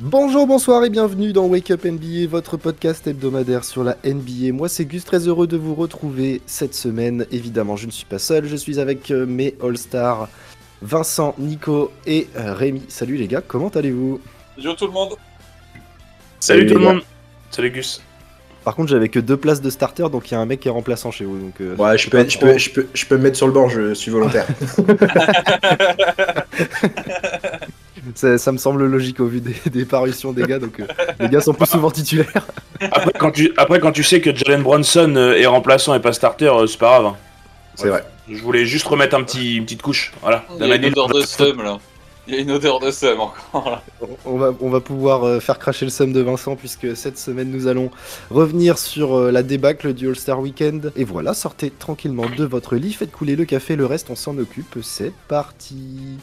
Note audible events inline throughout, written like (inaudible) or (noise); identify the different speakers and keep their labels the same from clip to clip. Speaker 1: Bonjour, bonsoir et bienvenue dans Wake Up NBA, votre podcast hebdomadaire sur la NBA. Moi c'est Gus, très heureux de vous retrouver cette semaine. Évidemment, je ne suis pas seul, je suis avec euh, mes All-Stars Vincent, Nico et euh, Rémi. Salut les gars, comment allez-vous
Speaker 2: Yo tout le monde
Speaker 1: Salut,
Speaker 3: Salut,
Speaker 1: les
Speaker 3: tout le
Speaker 1: gars.
Speaker 3: monde. Salut Gus.
Speaker 1: Par contre, j'avais que deux places de starter, donc il y a un mec qui est remplaçant chez vous. Donc, euh,
Speaker 4: Ouais, je peux, je, peux, je, peux, je peux me mettre sur le banc, je suis
Speaker 3: (laughs)
Speaker 4: volontaire.
Speaker 1: ça, ça me semble logique au vu des, des parutions des gars, donc euh, les gars sont plus souvent titulaires.
Speaker 3: Après quand tu, après, quand tu sais que Jalen Bronson euh, est remplaçant et pas starter, euh, c'est pas grave. hein.
Speaker 4: C'est vrai.
Speaker 3: Je voulais juste remettre un petit, une petite couche. Voilà.
Speaker 2: Il y a une odeur de seum là. Il y a une odeur de seum encore là.
Speaker 1: On va, on va pouvoir euh, faire cracher le somme de Vincent puisque cette semaine nous allons revenir sur euh, la débâcle du All-Star Weekend. Et voilà, sortez tranquillement de votre lit, faites couler le café, le reste on s'en occupe, c'est parti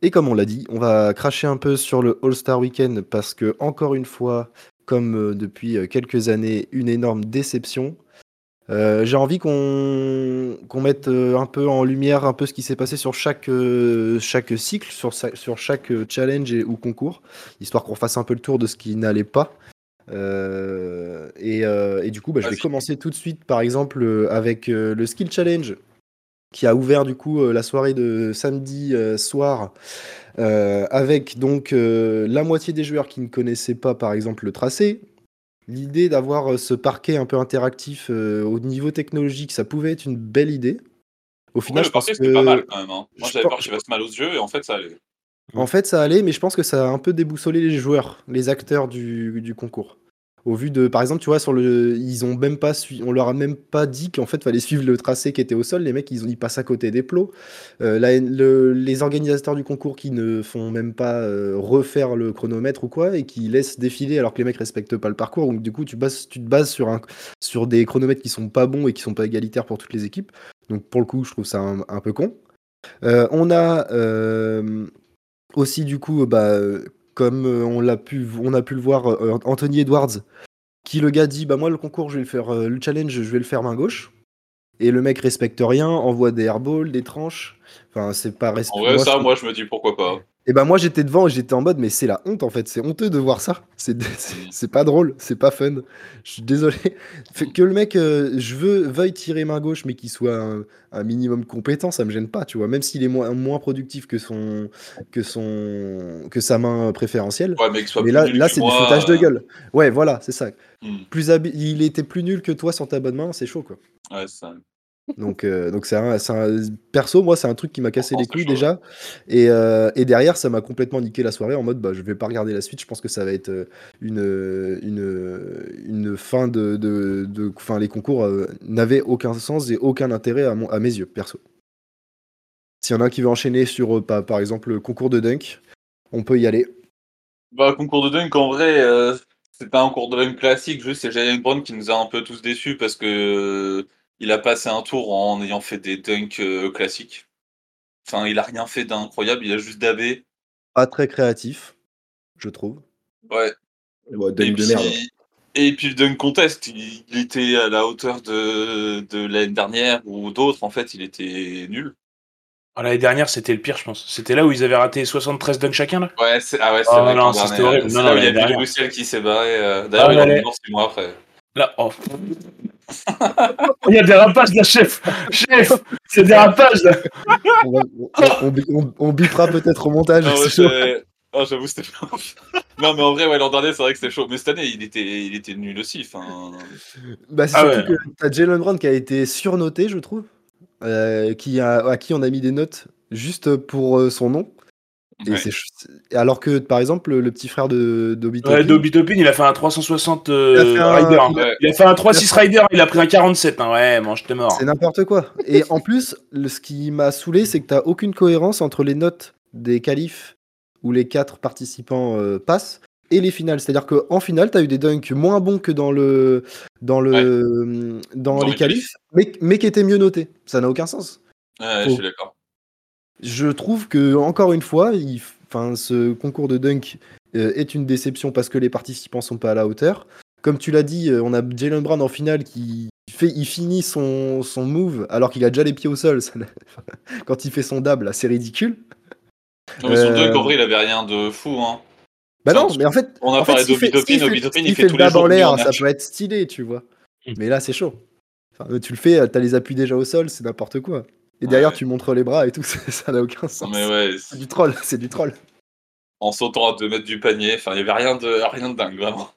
Speaker 1: Et comme on l'a dit, on va cracher un peu sur le All-Star Weekend parce que encore une fois, comme euh, depuis euh, quelques années, une énorme déception. Euh, J'ai envie qu'on qu'on mette euh, un peu en lumière un peu ce qui s'est passé sur chaque, euh, chaque cycle, sur, sa- sur chaque euh, challenge et- ou concours, histoire qu'on fasse un peu le tour de ce qui n'allait pas. Euh, et, euh, et du coup, bah, je vais
Speaker 2: Vas-y.
Speaker 1: commencer tout de suite, par exemple, euh, avec euh, le skill challenge qui a ouvert du coup euh, la soirée de samedi euh, soir euh, avec donc euh, la moitié des joueurs qui ne connaissaient pas par exemple le tracé. L'idée d'avoir euh, ce parquet un peu interactif euh, au niveau technologique, ça pouvait être une belle idée. Au final,
Speaker 2: Ouais,
Speaker 1: je
Speaker 2: le
Speaker 1: pense
Speaker 2: parquet c'était
Speaker 1: que-
Speaker 2: pas mal quand même. hein. Moi
Speaker 1: je
Speaker 2: j'avais
Speaker 1: pense-
Speaker 2: peur qu'il fasse mal aux yeux et en fait ça allait.
Speaker 1: En fait, ça allait, mais je pense que ça a un peu déboussolé les joueurs, les acteurs du, du concours. Au vu de, par exemple, tu vois, sur le, ils ont même pas sui- on leur a même pas dit qu'en fait fallait suivre le tracé qui était au sol. Les mecs, ils, ont- ils passent à côté des plots. Euh, la- le- les organisateurs du concours qui ne font même pas euh, refaire le chronomètre ou quoi et qui laissent défiler alors que les mecs respectent pas le parcours. Donc du coup, tu, bases- tu te bases sur, un, sur des chronomètres qui sont pas bons et qui sont pas égalitaires pour toutes les équipes. Donc pour le coup, je trouve ça un, un peu con. Euh, on a euh, aussi du coup, bah, euh, comme euh, on l'a pu, on a pu le voir, euh, Anthony Edwards, qui le gars dit, bah moi le concours, je vais le faire, euh, le challenge, je vais le faire main gauche. Et le mec respecte rien, envoie des airballs, des tranches. Enfin, c'est pas
Speaker 2: En
Speaker 1: respecté.
Speaker 2: vrai ça moi je me dis pourquoi pas.
Speaker 1: Et ben moi j'étais devant et j'étais en mode mais c'est la honte en fait, c'est honteux de voir ça. C'est c'est- c'est pas drôle, c'est pas fun. Je suis désolé. Fait que le mec euh, je veux veuille tirer main gauche mais qu'il soit un, un minimum compétent, ça me gêne pas, tu vois, même s'il est moins, moins productif que son que son que sa main préférentielle.
Speaker 2: Ouais mais qu'il soit
Speaker 1: mais
Speaker 2: plus
Speaker 1: là,
Speaker 2: nul
Speaker 1: là
Speaker 2: que
Speaker 1: c'est du
Speaker 2: moi,
Speaker 1: foutage de
Speaker 2: euh,
Speaker 1: gueule. Ouais, voilà, c'est ça.
Speaker 2: hmm.
Speaker 1: Plus habi- il était plus nul que toi sur ta bonne main, c'est chaud quoi.
Speaker 2: Ouais, c'est ça.
Speaker 1: Donc, euh, donc c'est un, c'est un- perso, moi, c'est un truc qui m'a cassé
Speaker 2: Oh,
Speaker 1: les
Speaker 2: c'est
Speaker 1: couilles
Speaker 2: chaud,
Speaker 1: déjà. Et, euh, et derrière, ça m'a complètement niqué la soirée en mode, bah, je vais pas regarder la suite. Je pense que ça va être euh, une, une, une fin de, de, de- enfin, les concours euh, n'avaient aucun sens et aucun intérêt à, mon- à mes yeux, perso. S'il y en a un qui veut enchaîner sur, euh, par, par exemple, le concours de dunk, on peut y aller.
Speaker 2: Bah concours de dunk en vrai euh, c'est pas un concours de dunk classique, juste c'est Jalen Brown qui nous a un peu tous déçus parce que euh, il a passé un tour en ayant fait des dunks euh, classiques. Enfin il a rien fait d'incroyable, il a juste dabé.
Speaker 1: Pas très créatif, je trouve.
Speaker 2: Ouais.
Speaker 4: Ouais,
Speaker 2: Et
Speaker 4: dunk de
Speaker 2: puis,
Speaker 4: merde.
Speaker 2: et puis le Dunk Contest, il, il était à la hauteur de, de l'année dernière ou d'autres, en fait, il était nul.
Speaker 3: Ah, L'année dernière, c'était le pire, je pense. C'était là où ils avaient raté 73 dunks chacun, là
Speaker 2: Ouais, c'est, ah ouais, c'est
Speaker 3: Ah
Speaker 2: vrai.
Speaker 3: non,
Speaker 2: qu'en
Speaker 3: ça, c'était
Speaker 2: dernière,
Speaker 3: horrible.
Speaker 2: c'est
Speaker 3: Non,
Speaker 2: là
Speaker 3: non,
Speaker 2: où il y a
Speaker 3: l'année
Speaker 2: Bill
Speaker 3: dernière.
Speaker 2: Russell qui s'est barré. euh, d'ailleurs,
Speaker 3: Ah,
Speaker 2: il en
Speaker 3: ouais.
Speaker 2: est mort six mois après.
Speaker 3: Là, oh. (laughs) Il y a des rapaces, là, chef Chef C'est des rapaces, là
Speaker 1: On, va- on- on- on- on- on bipera peut-être au
Speaker 3: Ah,
Speaker 1: montage.
Speaker 2: Non, Ah, ouais,
Speaker 1: c'est chaud.
Speaker 2: c'est- non, j'avoue, c'était chaud. (laughs) non, mais en vrai, ouais, l'an dernier, c'est vrai que c'était chaud. Mais cette année, il était, il était nul aussi. Enfin,
Speaker 1: Bah, c'est
Speaker 3: Ah
Speaker 1: surtout que t'as Jalen Brown qui a été surnoté, je trouve, euh, qui a, à qui on a mis des notes juste pour euh, son nom. Et
Speaker 2: ouais.
Speaker 1: c'est ch- c'est- Alors que, par exemple, le petit frère de d'Obi
Speaker 3: Ouais,
Speaker 1: Toppin,
Speaker 3: Dobby Topin, il a fait un 360 euh,
Speaker 1: Il a fait un-
Speaker 3: rider. hein.
Speaker 2: ouais.
Speaker 3: Il a fait un 3-6 rider, il a pris un 47. Hein. Ouais, mange tes morts.
Speaker 1: c'est n'importe quoi. Et en plus, le- ce qui m'a saoulé, c'est que t'as aucune cohérence entre les notes des qualifs où les quatre participants euh, passent et les finales. C'est-à-dire qu'en finale, t'as eu des dunks moins bons que dans le dans le dans,
Speaker 2: Dans
Speaker 1: les
Speaker 2: les
Speaker 1: qualifs, mais, mais qui étaient mieux notés. Ça n'a aucun sens.
Speaker 2: Ouais, je
Speaker 1: Faut-
Speaker 2: suis d'accord.
Speaker 1: Je trouve que encore une fois, il- enfin, ce concours de dunk euh, est une déception parce que les participants sont pas à la hauteur. Comme tu l'as dit, euh, on a Jalen Brown en finale qui fait, il finit son, son move alors qu'il a déjà les pieds au sol. (laughs) Ça n'a- Quand il fait son dab, là, c'est ridicule.
Speaker 2: Non, mais son
Speaker 1: Euh,
Speaker 2: Dunk, en vrai, il avait rien de fou. Hein.
Speaker 1: Bah
Speaker 2: Enfin,
Speaker 1: non, mais en fait,
Speaker 2: On a
Speaker 1: en fait,
Speaker 2: parlé
Speaker 1: s'il fait-
Speaker 2: d'Obi-Topine,
Speaker 1: s'il fait-
Speaker 2: Obi-Topine il
Speaker 1: s'il
Speaker 2: fait tous
Speaker 1: le
Speaker 2: les
Speaker 1: dab en
Speaker 2: jours. du
Speaker 1: l'air, ça
Speaker 2: Bernard.
Speaker 1: peut être stylé, tu vois.
Speaker 3: Mm.
Speaker 1: Mais là, c'est chaud. Enfin, euh, tu le fais, t'as les appuis déjà au sol, c'est n'importe quoi. Et
Speaker 2: Ouais,
Speaker 1: derrière,
Speaker 2: ouais.
Speaker 1: tu montres les bras et tout, (laughs) ça ça n'a aucun
Speaker 2: Non,
Speaker 1: sens.
Speaker 2: mais ouais,
Speaker 1: C'est du troll, (laughs) c'est du troll.
Speaker 2: en sautant à 2 mètres du panier, enfin, il n'y avait rien de, rien de dingue, vraiment.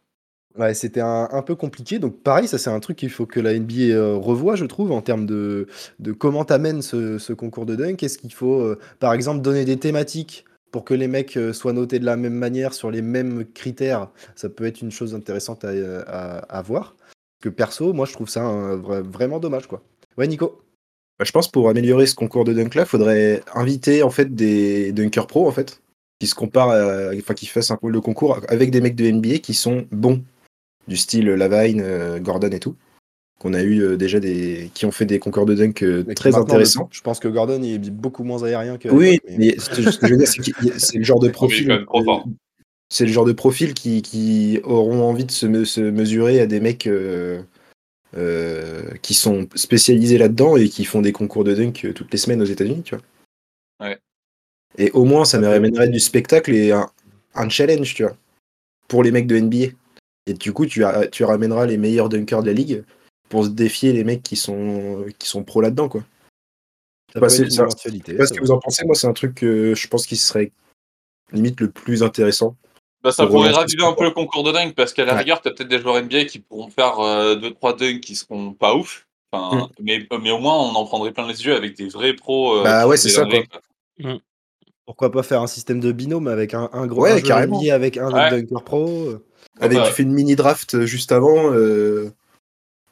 Speaker 1: Ouais, c'était un, un peu compliqué. Donc, pareil, ça, c'est un truc qu'il faut que la NBA euh, revoie, je trouve, en termes de, de comment t'amènes ce, ce concours de dunk. Est-ce qu'il faut, euh, par exemple, donner des thématiques pour que les mecs euh, soient notés de la même manière, sur les mêmes critères Ça peut être une chose intéressante à, euh, à, à voir. Parce que perso, moi, je trouve ça euh, vra- vraiment dommage, quoi. Ouais, Nico
Speaker 4: Bah, je pense pour améliorer ce concours de dunk là, faudrait inviter en fait des dunkers pro en fait, qui se comparent, à- enfin qui fassent un, peu le concours avec des mecs de NBA qui sont bons, du style Lavine, euh, Gordon et tout, qu'on a eu euh, déjà des, qui ont fait des concours de dunk euh,
Speaker 1: Mais
Speaker 4: très
Speaker 1: maintenant, le- euh,
Speaker 4: intéressants.
Speaker 1: Je pense que Gordon, il est beaucoup moins aérien que. (laughs)
Speaker 4: Oui,
Speaker 1: mais-
Speaker 4: mais ce que je- ce que je veux dire, c'est que c'est le
Speaker 2: (laughs)
Speaker 4: genre de profil.
Speaker 2: quand même trop fort.
Speaker 4: C'est le genre de profil qui, qui auront envie de se, me- se mesurer à des mecs euh, euh, qui sont spécialisés là-dedans et qui font des concours de dunk euh, toutes les semaines aux États-Unis, tu vois.
Speaker 2: Ouais.
Speaker 4: Et au moins, ça me
Speaker 1: peut-
Speaker 4: ramènerait du spectacle et un, un challenge, tu vois, pour les mecs de NBA. Et du coup, tu, as- tu ramèneras les meilleurs dunkers de la ligue pour se défier les mecs qui sont, qui sont pros là-dedans, quoi.
Speaker 1: ça
Speaker 4: bah,
Speaker 1: peut
Speaker 4: c'est-
Speaker 1: être une
Speaker 4: ça-
Speaker 1: éventualité,
Speaker 4: Je sais pas ce
Speaker 1: ça
Speaker 4: que
Speaker 1: va.
Speaker 4: vous en pensez, moi c'est un truc que je pense qui serait limite le plus intéressant.
Speaker 2: Bah, ça
Speaker 4: Pour
Speaker 2: pourrait
Speaker 4: relancer
Speaker 2: raviver
Speaker 4: ce
Speaker 2: un peu le concours de dingue, parce qu'à la
Speaker 4: Ouais.
Speaker 2: rigueur, t'as peut-être des joueurs NBA qui pourront faire 2-3 dunks qui seront pas ouf. Enfin, mais, mais au moins, on en prendrait plein les yeux avec des vrais pros. euh,
Speaker 4: Bah
Speaker 2: qui
Speaker 4: ouais,
Speaker 2: font
Speaker 4: c'est
Speaker 2: des
Speaker 4: ça,
Speaker 2: dingueries, quoi.
Speaker 1: Pourquoi pas faire un système de binôme avec un, un gros
Speaker 4: Ouais,
Speaker 1: un joueur
Speaker 4: carrément.
Speaker 1: NBA avec un
Speaker 2: Ouais.
Speaker 1: dunker pro euh.
Speaker 4: Avec,
Speaker 2: Ouais.
Speaker 4: Tu fais une mini draft euh, juste avant euh,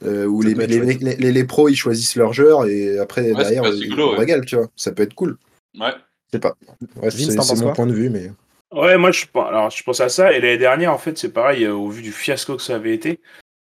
Speaker 4: euh, où
Speaker 1: Ça
Speaker 4: les,
Speaker 1: peut être
Speaker 4: les,
Speaker 1: chouette.
Speaker 4: les- les- les pros ils choisissent leur joueur et après
Speaker 2: Ouais, c'est
Speaker 4: derrière
Speaker 2: pas
Speaker 4: ils-
Speaker 2: rigolo,
Speaker 4: on
Speaker 2: ouais.
Speaker 4: régale, tu vois. Ça peut être cool.
Speaker 2: Ouais.
Speaker 4: Je sais pas. Ouais,
Speaker 1: Vince,
Speaker 4: c'est
Speaker 1: t'en
Speaker 4: c'est
Speaker 1: penses
Speaker 4: mon
Speaker 1: quoi
Speaker 4: point de vue, mais
Speaker 3: Ouais, moi je, pense- alors, je pense à ça. Et l'année dernière, en fait, c'est pareil, euh, au vu du fiasco que ça avait été.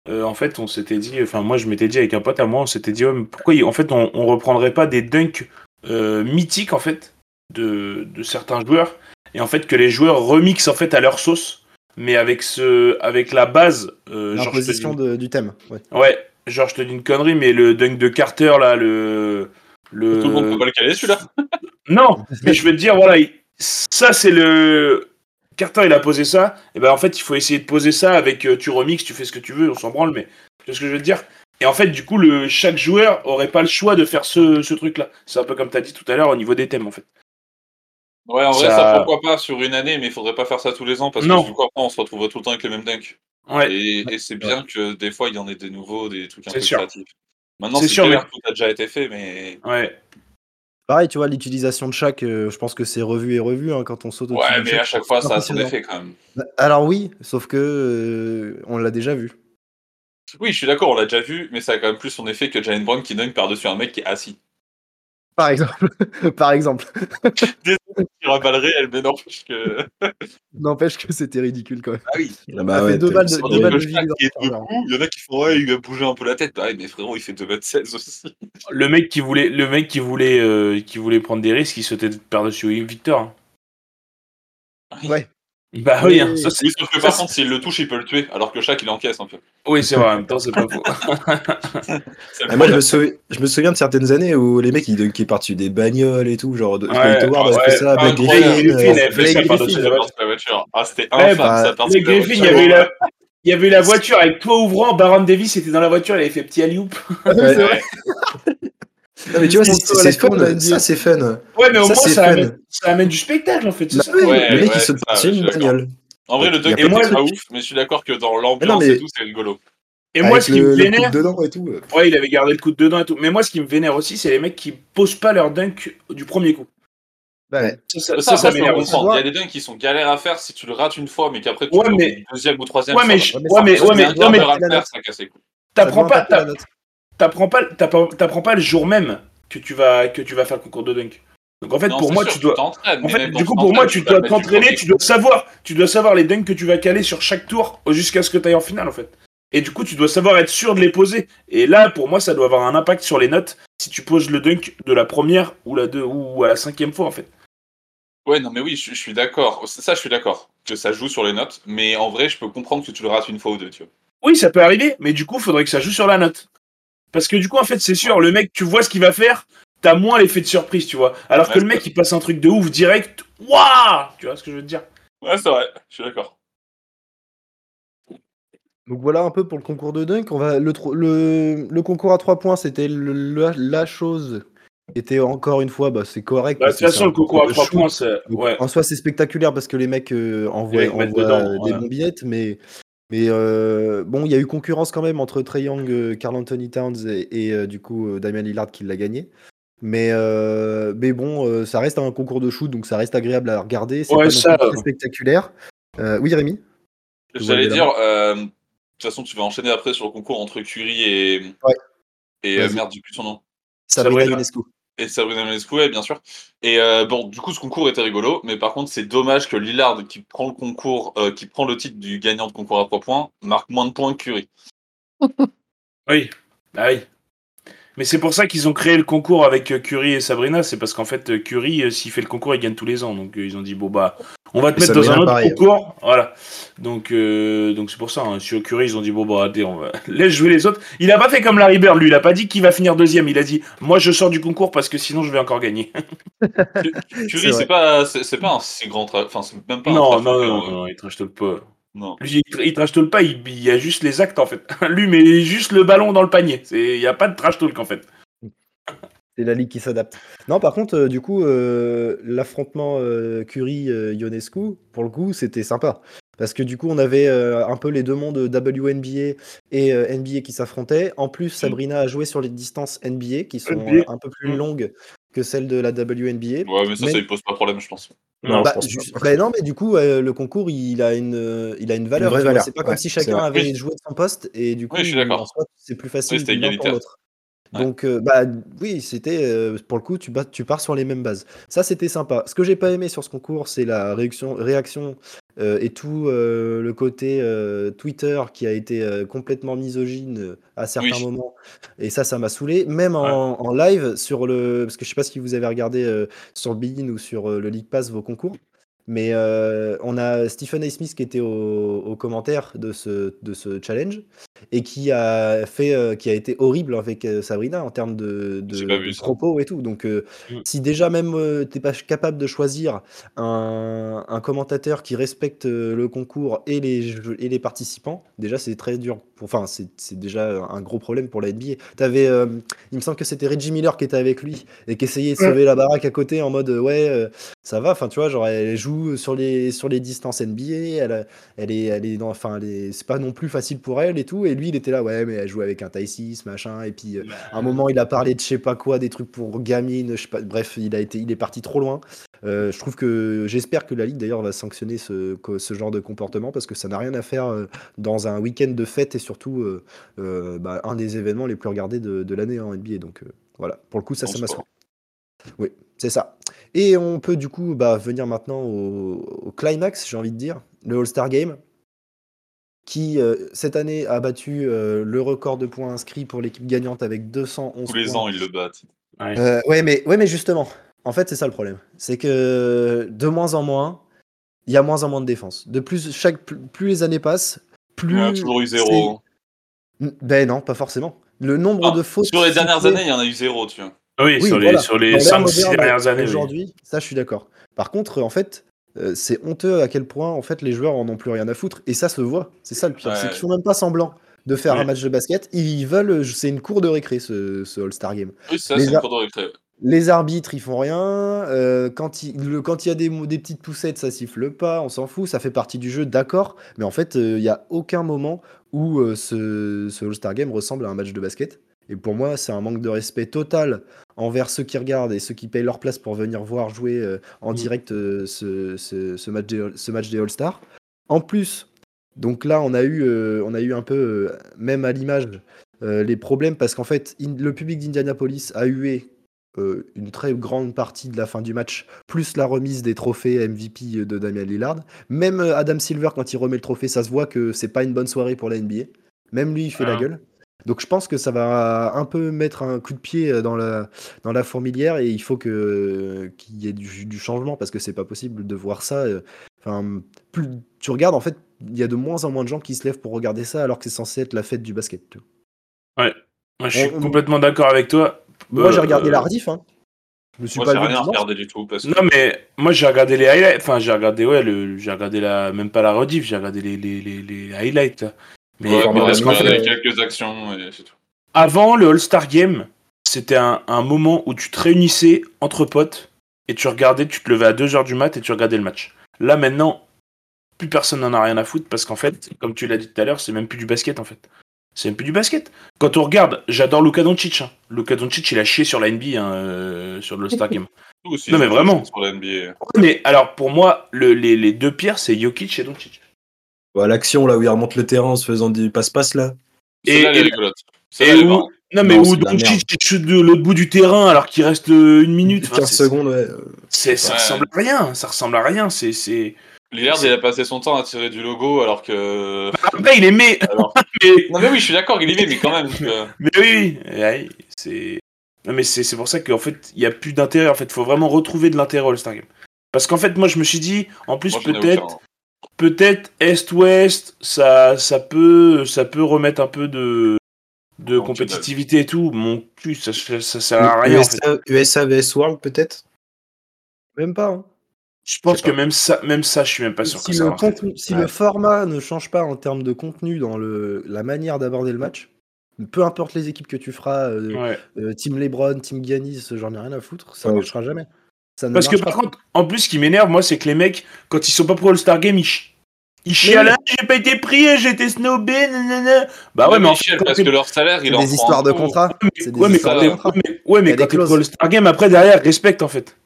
Speaker 3: euh, en fait, on s'était dit, enfin, moi je m'étais dit avec un pote à moi, on s'était dit, ouais, mais pourquoi il- en fait, on, on reprendrait pas des dunks euh, mythiques, en fait, de, de certains joueurs. Et en fait, que les joueurs remixent, en fait, à leur sauce, mais avec, ce, avec la base. euh, genre, je te dis-
Speaker 1: L'imposition de- du thème. ouais.
Speaker 3: Ouais, genre je te dis une connerie, mais le dunk de Carter là, le. le...
Speaker 2: Tout le monde peut pas le caler, celui-là.
Speaker 3: Non, mais je veux te dire, voilà, il- ça c'est le. Carter il a posé ça, et ben en fait il faut essayer de poser ça avec euh, tu remixes, tu fais ce que tu veux, on s'en branle, mais tu vois ce que je veux te dire Et en fait, du coup, le... chaque joueur aurait pas le choix de faire ce, ce truc là. C'est un peu comme t'as dit tout à l'heure au niveau des thèmes en fait.
Speaker 2: Ouais, en vrai,
Speaker 3: Ça-
Speaker 2: ça pourquoi pas sur une année, mais il faudrait pas faire ça tous les ans parce
Speaker 3: Non.
Speaker 2: que du coup, après, on se retrouve tout le temps avec les mêmes dunks.
Speaker 3: Ouais,
Speaker 2: Et, et c'est bien que des fois, il y en ait des nouveaux, des trucs un
Speaker 3: C'est
Speaker 2: peu
Speaker 3: sûr.
Speaker 2: créatifs. Maintenant,
Speaker 3: C'est
Speaker 2: c'est
Speaker 3: sûr,
Speaker 2: sûr, tout a déjà été fait, mais.
Speaker 3: ouais.
Speaker 1: Pareil, tu vois, l'utilisation de chaque, euh, je pense que c'est revu et revu hein, quand on saute au-dessus
Speaker 2: Ouais,
Speaker 1: du
Speaker 2: mais
Speaker 1: choc,
Speaker 2: à chaque fois,
Speaker 1: c'est
Speaker 2: ça a son
Speaker 1: impressionnant.
Speaker 2: effet quand même.
Speaker 1: Bah, Alors oui, sauf que euh, on l'a déjà vu.
Speaker 2: Oui, je suis d'accord, on l'a déjà vu, mais ça a quand même plus son effet que Jalen Brown qui dunk par-dessus un mec qui est assis.
Speaker 1: Par exemple, (laughs) par exemple.
Speaker 2: Il balle réelle, mais non, parce que.
Speaker 1: N'empêche que c'était ridicule quand même.
Speaker 2: Ah oui,
Speaker 1: fait deux balles
Speaker 2: (laughs)
Speaker 1: de-
Speaker 2: on
Speaker 1: deux
Speaker 2: est
Speaker 1: balles
Speaker 2: le
Speaker 1: de
Speaker 2: chat qui est
Speaker 1: vigilance, alors.
Speaker 2: debout, il y en a qui font, ouais, il va bouger un peu la tête. Bah ouais, mais frérot, il fait 2m16 aussi.
Speaker 3: Le mec qui voulait, le mec qui voulait, euh, qui voulait prendre des risques, il sautait par-dessus Victor. hein.
Speaker 1: Ouais.
Speaker 3: Bah oui, hein,
Speaker 1: Oui.
Speaker 3: ça c'est.
Speaker 2: Oui, sauf que par contre, s'il le touche, il peut le tuer, alors que Shaq, il encaisse un peu.
Speaker 3: Oui, c'est vrai, en même temps, c'est pas faux.
Speaker 2: Ça
Speaker 4: Ah, moi je
Speaker 2: me-
Speaker 4: me, souvi- je me souviens de certaines années où les mecs ils dunkaient par-dessus des bagnoles et tout, genre de
Speaker 3: Ouais,
Speaker 4: Dwight Howard
Speaker 3: ouais,
Speaker 4: avait fait bah, ça,
Speaker 2: ouais,
Speaker 4: Blake
Speaker 2: Griffin,
Speaker 4: Griffin,
Speaker 3: Griffin,
Speaker 4: euh,
Speaker 3: il avait fait
Speaker 4: Blake
Speaker 3: ça par-dessus
Speaker 4: Griffin,
Speaker 2: Ça part de la voiture. Ah, c'était
Speaker 3: Ouais,
Speaker 2: infâme,
Speaker 4: bah,
Speaker 2: ça part de
Speaker 3: Les
Speaker 2: la voiture.
Speaker 3: Griffin, il y avait eu la... Il y avait eu la voiture avec toi ouvrant, Baron Davis était dans la voiture, il avait fait petit alley-oop.
Speaker 4: ouais.
Speaker 2: Ouais.
Speaker 4: Non, mais tu vois,
Speaker 1: Ils
Speaker 4: c'est
Speaker 1: sont sur la
Speaker 4: c'est
Speaker 1: cour de la
Speaker 4: fun,
Speaker 1: NBA.
Speaker 4: ça c'est fun.
Speaker 3: Ouais, mais au
Speaker 4: Ça,
Speaker 3: moins,
Speaker 4: c'est
Speaker 3: ça
Speaker 4: fun.
Speaker 3: amène, ça amène du spectacle, en fait, c'est
Speaker 4: Bah
Speaker 3: ça.
Speaker 4: oui,
Speaker 2: Ouais,
Speaker 4: le mec
Speaker 2: ouais,
Speaker 4: il saute
Speaker 2: ça,
Speaker 4: par-dessus
Speaker 2: je suis
Speaker 4: une
Speaker 2: d'accord.
Speaker 4: bagnole.
Speaker 2: En vrai, le dunk
Speaker 4: Et
Speaker 2: était
Speaker 3: moi,
Speaker 2: pas
Speaker 3: le-
Speaker 2: ouf, mais je suis d'accord que dans
Speaker 4: Non,
Speaker 2: l'ambiance
Speaker 4: mais-
Speaker 2: et tout, c'est rigolo.
Speaker 3: Et moi,
Speaker 4: Avec
Speaker 3: ce qui
Speaker 4: le-
Speaker 3: me
Speaker 4: le coup de
Speaker 3: vénère...
Speaker 4: dedans et tout. euh.
Speaker 3: Ouais, il avait gardé le coup de dedans et tout. Mais moi, ce qui me vénère aussi, c'est les mecs qui posent pas leur dunk du premier coup.
Speaker 1: Ouais.
Speaker 3: Ça, ça,
Speaker 2: Ça,
Speaker 3: ça, ça
Speaker 2: après, je peux
Speaker 3: m'énerve aussi.
Speaker 2: comprendre. Il y a des dunks qui sont galères à faire si tu le rates une fois, mais qu'après tu
Speaker 3: Ouais,
Speaker 2: le
Speaker 3: mais-
Speaker 2: deuxième ou troisième.
Speaker 3: Ouais, mais,
Speaker 2: ça
Speaker 3: je-
Speaker 1: mais
Speaker 3: ouais,
Speaker 1: ça-
Speaker 3: mais,
Speaker 2: va.
Speaker 3: ouais, mais,
Speaker 2: Un
Speaker 3: non, mais
Speaker 2: quart d'heure à
Speaker 1: la
Speaker 2: faire,
Speaker 1: note.
Speaker 2: ça casse les couilles.
Speaker 1: Ça
Speaker 3: t'apprends pas,
Speaker 1: doit impacter la
Speaker 3: t'app-
Speaker 1: note.
Speaker 3: t'apprends pas, t'apprends t'apprends pas le jour même que tu vas, que tu vas faire le concours de dunk. Donc, en fait,
Speaker 2: Non,
Speaker 3: pour
Speaker 2: c'est
Speaker 3: moi,
Speaker 2: sûr,
Speaker 3: tu dois,
Speaker 2: t'entraînes,
Speaker 3: En
Speaker 2: mais
Speaker 3: fait,
Speaker 2: même
Speaker 3: du
Speaker 2: quand
Speaker 3: coup, pour moi, tu
Speaker 2: t'entraînes, peux
Speaker 3: dois
Speaker 2: pas mettre du
Speaker 3: t'entraîner,
Speaker 2: premier
Speaker 3: tu dois savoir, tu dois savoir les dunks que tu vas caler sur chaque tour jusqu'à ce que tu ailles en finale, en fait. Et du coup, tu dois savoir être sûr de les poser. Et là, pour moi, ça doit avoir un impact sur les notes si tu poses le dunk de la première ou la deux ou à la cinquième fois, en fait.
Speaker 2: Ouais, non, mais oui, je, je suis d'accord. Ça, je suis d'accord que ça joue sur les notes, mais en vrai, je peux comprendre que tu le rates une fois ou deux, tu vois.
Speaker 3: Oui, ça peut arriver, mais du coup, faudrait que ça joue sur la note. Parce que du coup, en fait, c'est sûr, le mec, tu vois ce qu'il va faire, t'as moins l'effet de surprise, tu vois. Alors que
Speaker 2: Ouais,
Speaker 3: le
Speaker 2: c'est
Speaker 3: mec, il passe un truc de ouf direct, waouh, tu vois ce que je veux te dire.
Speaker 2: Ouais, c'est vrai, je suis d'accord.
Speaker 1: Donc voilà un peu pour le concours de dunk. On va, le, tro- le, le concours à 3 points, c'était le- la, la chose. Était encore une fois, bah, c'est correct.
Speaker 3: Bah, de
Speaker 1: parce
Speaker 3: toute
Speaker 1: que c'est
Speaker 3: façon,
Speaker 1: un
Speaker 3: le concours à
Speaker 1: de
Speaker 3: 3
Speaker 1: shoot.
Speaker 3: points, c'est.
Speaker 1: Donc,
Speaker 3: Ouais.
Speaker 1: En soi, c'est spectaculaire parce que les mecs euh, envoient,
Speaker 3: Les mecs mettent
Speaker 1: envoient,
Speaker 3: dedans,
Speaker 1: euh, des
Speaker 3: ouais.
Speaker 1: bons billettes, mais, mais euh, bon, il y a eu concurrence quand même entre Trae Young, euh, Karl Anthony Towns et, et, euh, du coup euh, Damian Lillard qui l'a gagné. Mais, euh, mais bon, euh, ça reste un concours de shoot, donc ça reste agréable à regarder. C'est
Speaker 3: Ouais,
Speaker 1: pas non
Speaker 3: ça,
Speaker 1: plus
Speaker 3: euh.
Speaker 1: très spectaculaire. Euh, oui, Rémi Je vois
Speaker 2: J'allais
Speaker 1: bien.
Speaker 2: dire, euh, de toute façon, tu vas enchaîner après sur le concours entre Curie et.
Speaker 1: Ouais.
Speaker 2: Et euh,
Speaker 1: Vas-y.
Speaker 2: merde, j'ai plus son nom.
Speaker 1: Sabrina
Speaker 3: Sabrina.
Speaker 1: Ionescu.
Speaker 2: Et Sabrina Ionescu, ouais, bien sûr. Et euh, bon, du coup, ce concours était rigolo, mais par contre, c'est dommage que Lillard, qui prend le concours, euh, qui prend le titre du gagnant de concours à 3 points, marque moins de points que Curry.
Speaker 3: Oui. Ah oui. Mais c'est pour ça qu'ils ont créé le concours avec euh, Curry et Sabrina. C'est parce qu'en fait, euh, Curry, euh, s'il fait le concours, il gagne tous les ans. Donc euh, ils ont dit, bon, bah, on va te
Speaker 4: Et
Speaker 3: mettre dans
Speaker 4: Sabrina,
Speaker 3: un autre
Speaker 4: pareil.
Speaker 3: concours. Voilà. Donc euh, donc c'est pour ça. hein. Sur Curry, ils ont dit, bon, bah, attendez, on va... (laughs) laisse jouer les autres. Il a pas fait comme Larry Bird, lui. Il a pas dit qui va finir deuxième. Il a dit, moi, je sors du concours parce que sinon, je vais encore gagner.
Speaker 1: C'est
Speaker 2: Curry,
Speaker 1: vrai.
Speaker 2: c'est pas, c'est c'est pas un si grand. tra- Enfin, c'est même pas un.
Speaker 3: (laughs) Non,
Speaker 2: trafiquant,
Speaker 3: non, non,
Speaker 2: euh,
Speaker 3: non, non, il trash talk pas.
Speaker 2: non.
Speaker 3: Lui, il, tra- il trash talk pas, il, il y a juste les actes en fait. (laughs) Lui, mais juste le ballon dans le panier. C'est- Il n'y a pas de trash talk en fait.
Speaker 1: C'est la ligue qui s'adapte. Non, par contre, euh, du coup, euh, l'affrontement euh, Curie-Ionescu, pour le coup, c'était sympa. Parce que du coup, on avait euh, un peu les deux mondes WNBA et euh, NBA qui s'affrontaient. En plus, Sabrina a joué sur les distances NBA qui sont
Speaker 3: NBA.
Speaker 1: euh, un peu plus
Speaker 3: Mm.
Speaker 1: longues que celles de la WNBA.
Speaker 2: Ouais, mais ça,
Speaker 1: Mais-
Speaker 2: ça lui pose pas problème, je pense.
Speaker 4: Non,
Speaker 1: Bah,
Speaker 4: je pense
Speaker 1: ju-
Speaker 4: pas.
Speaker 1: bah non, mais du coup, euh, le concours, il a une, euh, il a une valeur.
Speaker 4: vraie
Speaker 1: tu vois.
Speaker 4: valeur,
Speaker 1: C'est pas
Speaker 4: ouais,
Speaker 1: comme si
Speaker 4: c'est
Speaker 1: chacun
Speaker 4: vrai.
Speaker 1: avait
Speaker 2: Oui.
Speaker 1: joué de son poste et du coup,
Speaker 2: Oui, je suis d'accord.
Speaker 1: en soi, c'est plus facile
Speaker 2: Oui, c'était
Speaker 1: de l'un pour
Speaker 2: égalitaire.
Speaker 1: l'autre.
Speaker 2: Ouais.
Speaker 1: Donc, euh, bah oui, c'était euh, pour le coup, tu, bas- tu pars sur les mêmes bases. Ça, c'était sympa. Ce que j'ai pas aimé sur ce concours, c'est la réaction, réaction euh, et tout euh, le côté euh, Twitter qui a été euh, complètement misogyne euh, à certains
Speaker 2: Oui.
Speaker 1: moments. Et ça, ça m'a saoulé. Même en, en live, sur le. Parce que je sais pas si vous avez regardé euh, sur Bein ou sur euh, le League Pass vos concours. Mais euh, on a Stephen A. Smith qui était au, au commentaire de ce, de ce challenge et qui a fait, euh, qui a été horrible avec euh, Sabrina en termes de, de-
Speaker 2: J'ai pas vu
Speaker 1: de
Speaker 2: ça.
Speaker 1: propos et tout. Donc, euh,
Speaker 3: Mm.
Speaker 1: si déjà même euh, t'es pas capable de choisir un, un commentateur qui respecte euh, le concours et les, jeux- et les participants, déjà c'est très dur. pour- Enfin, c'est c'est déjà un gros problème pour la NBA. T'avais, euh, il me semble que c'était Reggie Miller qui était avec lui et qui essayait de sauver la baraque à côté en mode euh, ouais, euh, ça va. Enfin, tu vois, genre elle joue sur les, sur les distances NBA, elle, a- elle est, elle est dans, enfin, elle est- c'est pas non plus facile pour elle et tout. Et lui, il était là, ouais, mais elle joue avec un taille 6, machin. Et puis euh, à un moment, il a parlé de je sais pas quoi, des trucs pour gamines, je sais pas. Bref, il a été, il est parti trop loin. Euh, je trouve que j'espère que la Ligue d'ailleurs va sanctionner ce, co- ce genre de comportement parce que ça n'a rien à faire euh, dans un week-end de fête et surtout euh, euh, bah, un des événements les plus regardés de, de l'année en NBA. Donc euh, voilà, pour le coup, ça,
Speaker 2: En
Speaker 1: ça m'a
Speaker 2: sport.
Speaker 1: saoulé. Oui, c'est ça. Et on peut du coup bah, venir maintenant au, au climax, j'ai envie de dire, le All-Star Game qui euh, cette année a battu euh, le record de points inscrits pour l'équipe gagnante avec 211
Speaker 2: Tous les
Speaker 1: points.
Speaker 2: ans, ils le battent.
Speaker 1: Euh, ouais, mais, ouais, mais justement, en fait, c'est ça le problème. C'est que de moins en moins, il y a moins en moins de défense. De plus, chaque, plus plus les années passent, plus.
Speaker 2: On a toujours eu zéro.
Speaker 1: c'est- Ben non, pas forcément. Le nombre
Speaker 2: Ah,
Speaker 1: de fautes.
Speaker 2: Sur les dernières
Speaker 1: sifflées
Speaker 2: années, il y en a eu zéro, tu vois.
Speaker 3: Oui,
Speaker 1: Oui,
Speaker 3: sur les,
Speaker 1: voilà.
Speaker 3: sur
Speaker 1: dans
Speaker 3: les
Speaker 1: l'ère
Speaker 3: 5-6
Speaker 1: moderne, bah,
Speaker 3: dernières
Speaker 2: Ah
Speaker 3: années. oui.
Speaker 1: Aujourd'hui, ça, je suis d'accord. Par contre, en fait, euh, c'est honteux à quel point en fait les joueurs en ont plus rien à foutre. Et ça se voit. C'est ça le pire.
Speaker 2: Ouais.
Speaker 1: C'est qu'ils font même pas semblant de faire
Speaker 3: Oui.
Speaker 1: un match de basket. Ils veulent. C'est une cour de récré ce, ce All-Star Game.
Speaker 2: Oui, ça,
Speaker 1: Les
Speaker 2: c'est
Speaker 1: a-
Speaker 2: une cour de récré.
Speaker 1: Les arbitres, ils font rien. euh, quand il le- quand il y a des, mou- des petites poussettes, ça siffle pas. On s'en fout. Ça fait partie du jeu, d'accord. Mais en fait, euh, il y a aucun moment où euh, ce, ce All-Star Game ressemble à un match de basket. Et pour moi, c'est un manque de respect total envers ceux qui regardent et ceux qui payent leur place pour venir voir jouer euh, en
Speaker 3: Mm.
Speaker 1: direct euh, ce, ce- ce match des, ce match des All-Stars. En plus, donc là, on a eu, euh, on a eu un peu, euh, même à l'image, euh, les problèmes parce qu'en fait, in- le public d'Indianapolis a hué euh, une très grande partie de la fin du match, plus la remise des trophées MVP de Damian Lillard. Même euh, Adam Silver, quand il remet le trophée, ça se voit que c'est pas une bonne soirée pour la NBA. Même lui, il fait la
Speaker 3: Ah.
Speaker 1: gueule. Donc je pense que ça va un peu mettre un coup de pied euh, dans la, dans la fourmilière et il faut que euh, qu'il y ait du, du changement parce que c'est pas possible de voir ça. euh, Enfin, plus tu regardes, en fait, il y a de moins en moins de gens qui se lèvent pour regarder ça alors que c'est censé être la fête du basket. tu vois.
Speaker 3: Moi, je suis
Speaker 1: On-
Speaker 3: complètement d'accord avec toi.
Speaker 1: Moi, j'ai
Speaker 3: Euh,
Speaker 1: regardé
Speaker 3: euh,
Speaker 1: la rediff, hein. Je me suis
Speaker 2: Moi,
Speaker 1: pas
Speaker 2: j'ai
Speaker 1: levé le
Speaker 2: rien
Speaker 1: dimanche.
Speaker 2: regardé du tout. Parce que...
Speaker 3: Non, mais moi j'ai regardé les highlights. Enfin, j'ai regardé, ouais, le... j'ai regardé la... même pas la rediff, j'ai regardé les, les, les, les highlights. là. Mais
Speaker 2: Ouais,
Speaker 4: Formidable.
Speaker 2: parce
Speaker 4: Parce
Speaker 2: que
Speaker 4: qu'en
Speaker 2: j'avais
Speaker 4: fait,
Speaker 2: quelques actions et c'est tout.
Speaker 3: avant le All-Star Game, c'était un, un moment où tu te réunissais entre potes et tu regardais, tu te levais à 2h du mat et tu regardais le match. Là maintenant, plus personne n'en a rien à foutre parce qu'en fait, comme tu l'as dit tout à l'heure, c'est même plus du basket en fait. C'est même plus du basket. Quand on regarde, j'adore Luka Doncic. hein. Luka Doncic, il a chié sur la NBA, hein, euh, sur le All-Star Game.
Speaker 2: Tout aussi,
Speaker 3: Non, mais
Speaker 2: c'est
Speaker 3: vraiment.
Speaker 2: Sur la NBA.
Speaker 3: Ouais, Mais alors pour moi, le- les, les deux pires, c'est Jokic et Doncic.
Speaker 4: Bah, L'action là où il remonte le terrain en se faisant du passe-passe là.
Speaker 3: Et-
Speaker 2: Celle-là, elle
Speaker 3: et-
Speaker 2: est rigolote.
Speaker 3: et
Speaker 2: Celle-là, elle est
Speaker 3: où-
Speaker 2: marrante.
Speaker 3: Non mais
Speaker 4: Non,
Speaker 3: où
Speaker 4: c'est de la merde.
Speaker 3: Doncic il chute de l'autre bout du terrain alors qu'il reste euh, une minute. Enfin,
Speaker 4: 15
Speaker 3: c'est-
Speaker 4: secondes, ouais.
Speaker 3: C'est, ça
Speaker 2: Ouais.
Speaker 3: ressemble à rien, ça ressemble à rien, c'est, c'est...
Speaker 2: Lillard, il a passé son temps à tirer du logo alors que.
Speaker 3: (laughs) Après, Ah, il est mais...
Speaker 2: Alors-
Speaker 3: mais...
Speaker 2: Non, mais oui, je suis d'accord, il est mais quand même. euh,
Speaker 3: mais oui, oui, ouais, c'est... Non, mais c'est, c'est pour ça qu'en fait, il n'y a plus d'intérêt, en fait, faut vraiment retrouver de l'intérêt au Star Game. Parce qu'en fait, moi, je me suis dit, en plus,
Speaker 2: moi, je n'ai
Speaker 3: peut-être,
Speaker 2: aucun.
Speaker 3: peut-être Est-Ouest, ça, ça, peut, ça peut remettre un peu de, de
Speaker 2: Mon
Speaker 3: compétitivité et tout. Mon cul, ça, ça sert
Speaker 2: Ah,
Speaker 3: à rien, en fait.
Speaker 4: USA, USA vs World peut-être
Speaker 1: Même pas. hein.
Speaker 3: Je pense
Speaker 4: sais pas.
Speaker 3: que même ça, même ça, je suis même pas sûr
Speaker 1: Si,
Speaker 3: que ça
Speaker 1: le,
Speaker 3: marche.
Speaker 1: contenu- si le format ne change pas en termes de contenu dans le, la manière d'aborder le match, peu importe les équipes que tu feras, euh,
Speaker 3: Ouais.
Speaker 1: euh, Team LeBron, Team Giannis, j'en ai rien à foutre, ça
Speaker 4: Ouais.
Speaker 1: marchera jamais. Ça ne
Speaker 3: Parce que
Speaker 1: marchera
Speaker 3: par contre, en plus, ce qui m'énerve, moi, c'est que les mecs, quand ils sont pas pour All-Star Game, ils, ch- ils chient à
Speaker 1: oui.
Speaker 3: la j'ai pas été pris, j'ai été snobé, nanana. Bah ouais,
Speaker 2: Ouais,
Speaker 3: mais
Speaker 2: mais
Speaker 3: en
Speaker 2: ils
Speaker 3: fait,
Speaker 2: chialent
Speaker 3: quand
Speaker 2: parce
Speaker 3: t'es-
Speaker 2: que leur salaire,
Speaker 1: C'est
Speaker 2: il en
Speaker 1: des
Speaker 2: prend
Speaker 1: histoires
Speaker 2: en
Speaker 1: de
Speaker 2: cours.
Speaker 1: contrat. C'est des
Speaker 3: ouais, mais
Speaker 1: histoires
Speaker 3: quand
Speaker 1: de
Speaker 3: t'es-
Speaker 2: salaires.
Speaker 1: contrat.
Speaker 3: mais- ouais, mais
Speaker 1: Il y a
Speaker 3: quand
Speaker 1: des
Speaker 3: t'es pour
Speaker 1: clauses.
Speaker 3: All-Star Game, après, derrière, ils respectent, en fait.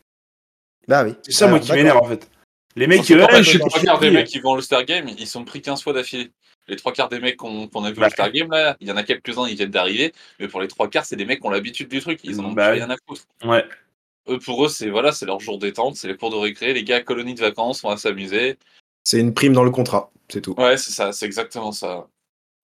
Speaker 1: Bah oui.
Speaker 3: C'est ça, moi,
Speaker 1: Alors,
Speaker 3: qui
Speaker 1: d'accord.
Speaker 3: m'énerve, en fait. Les
Speaker 2: Parce
Speaker 3: mecs,
Speaker 2: que
Speaker 3: euh,
Speaker 2: quand
Speaker 3: Ouais,
Speaker 2: même,
Speaker 3: je sais
Speaker 2: les
Speaker 3: pas,
Speaker 2: trois
Speaker 3: j'ai
Speaker 2: quarts des
Speaker 3: pris.
Speaker 2: mecs qui vont au Star Game, ils sont pris 15 fois d'affilée. Les trois quarts des mecs qu'on qu'on a vu
Speaker 3: Bah.
Speaker 2: au Star Game, là, il y en a quelques-uns, ils viennent d'arriver, mais pour les trois quarts, c'est des mecs qui ont l'habitude du truc, ils en ont
Speaker 3: Bah.
Speaker 2: plus rien à foutre.
Speaker 3: Ouais.
Speaker 2: Eux, pour eux, c'est voilà, c'est leur jour détente, c'est les cours de récré, les gars, colonie de vacances, on va s'amuser.
Speaker 4: C'est une prime dans le contrat, c'est tout.
Speaker 2: Ouais, c'est ça, c'est exactement ça.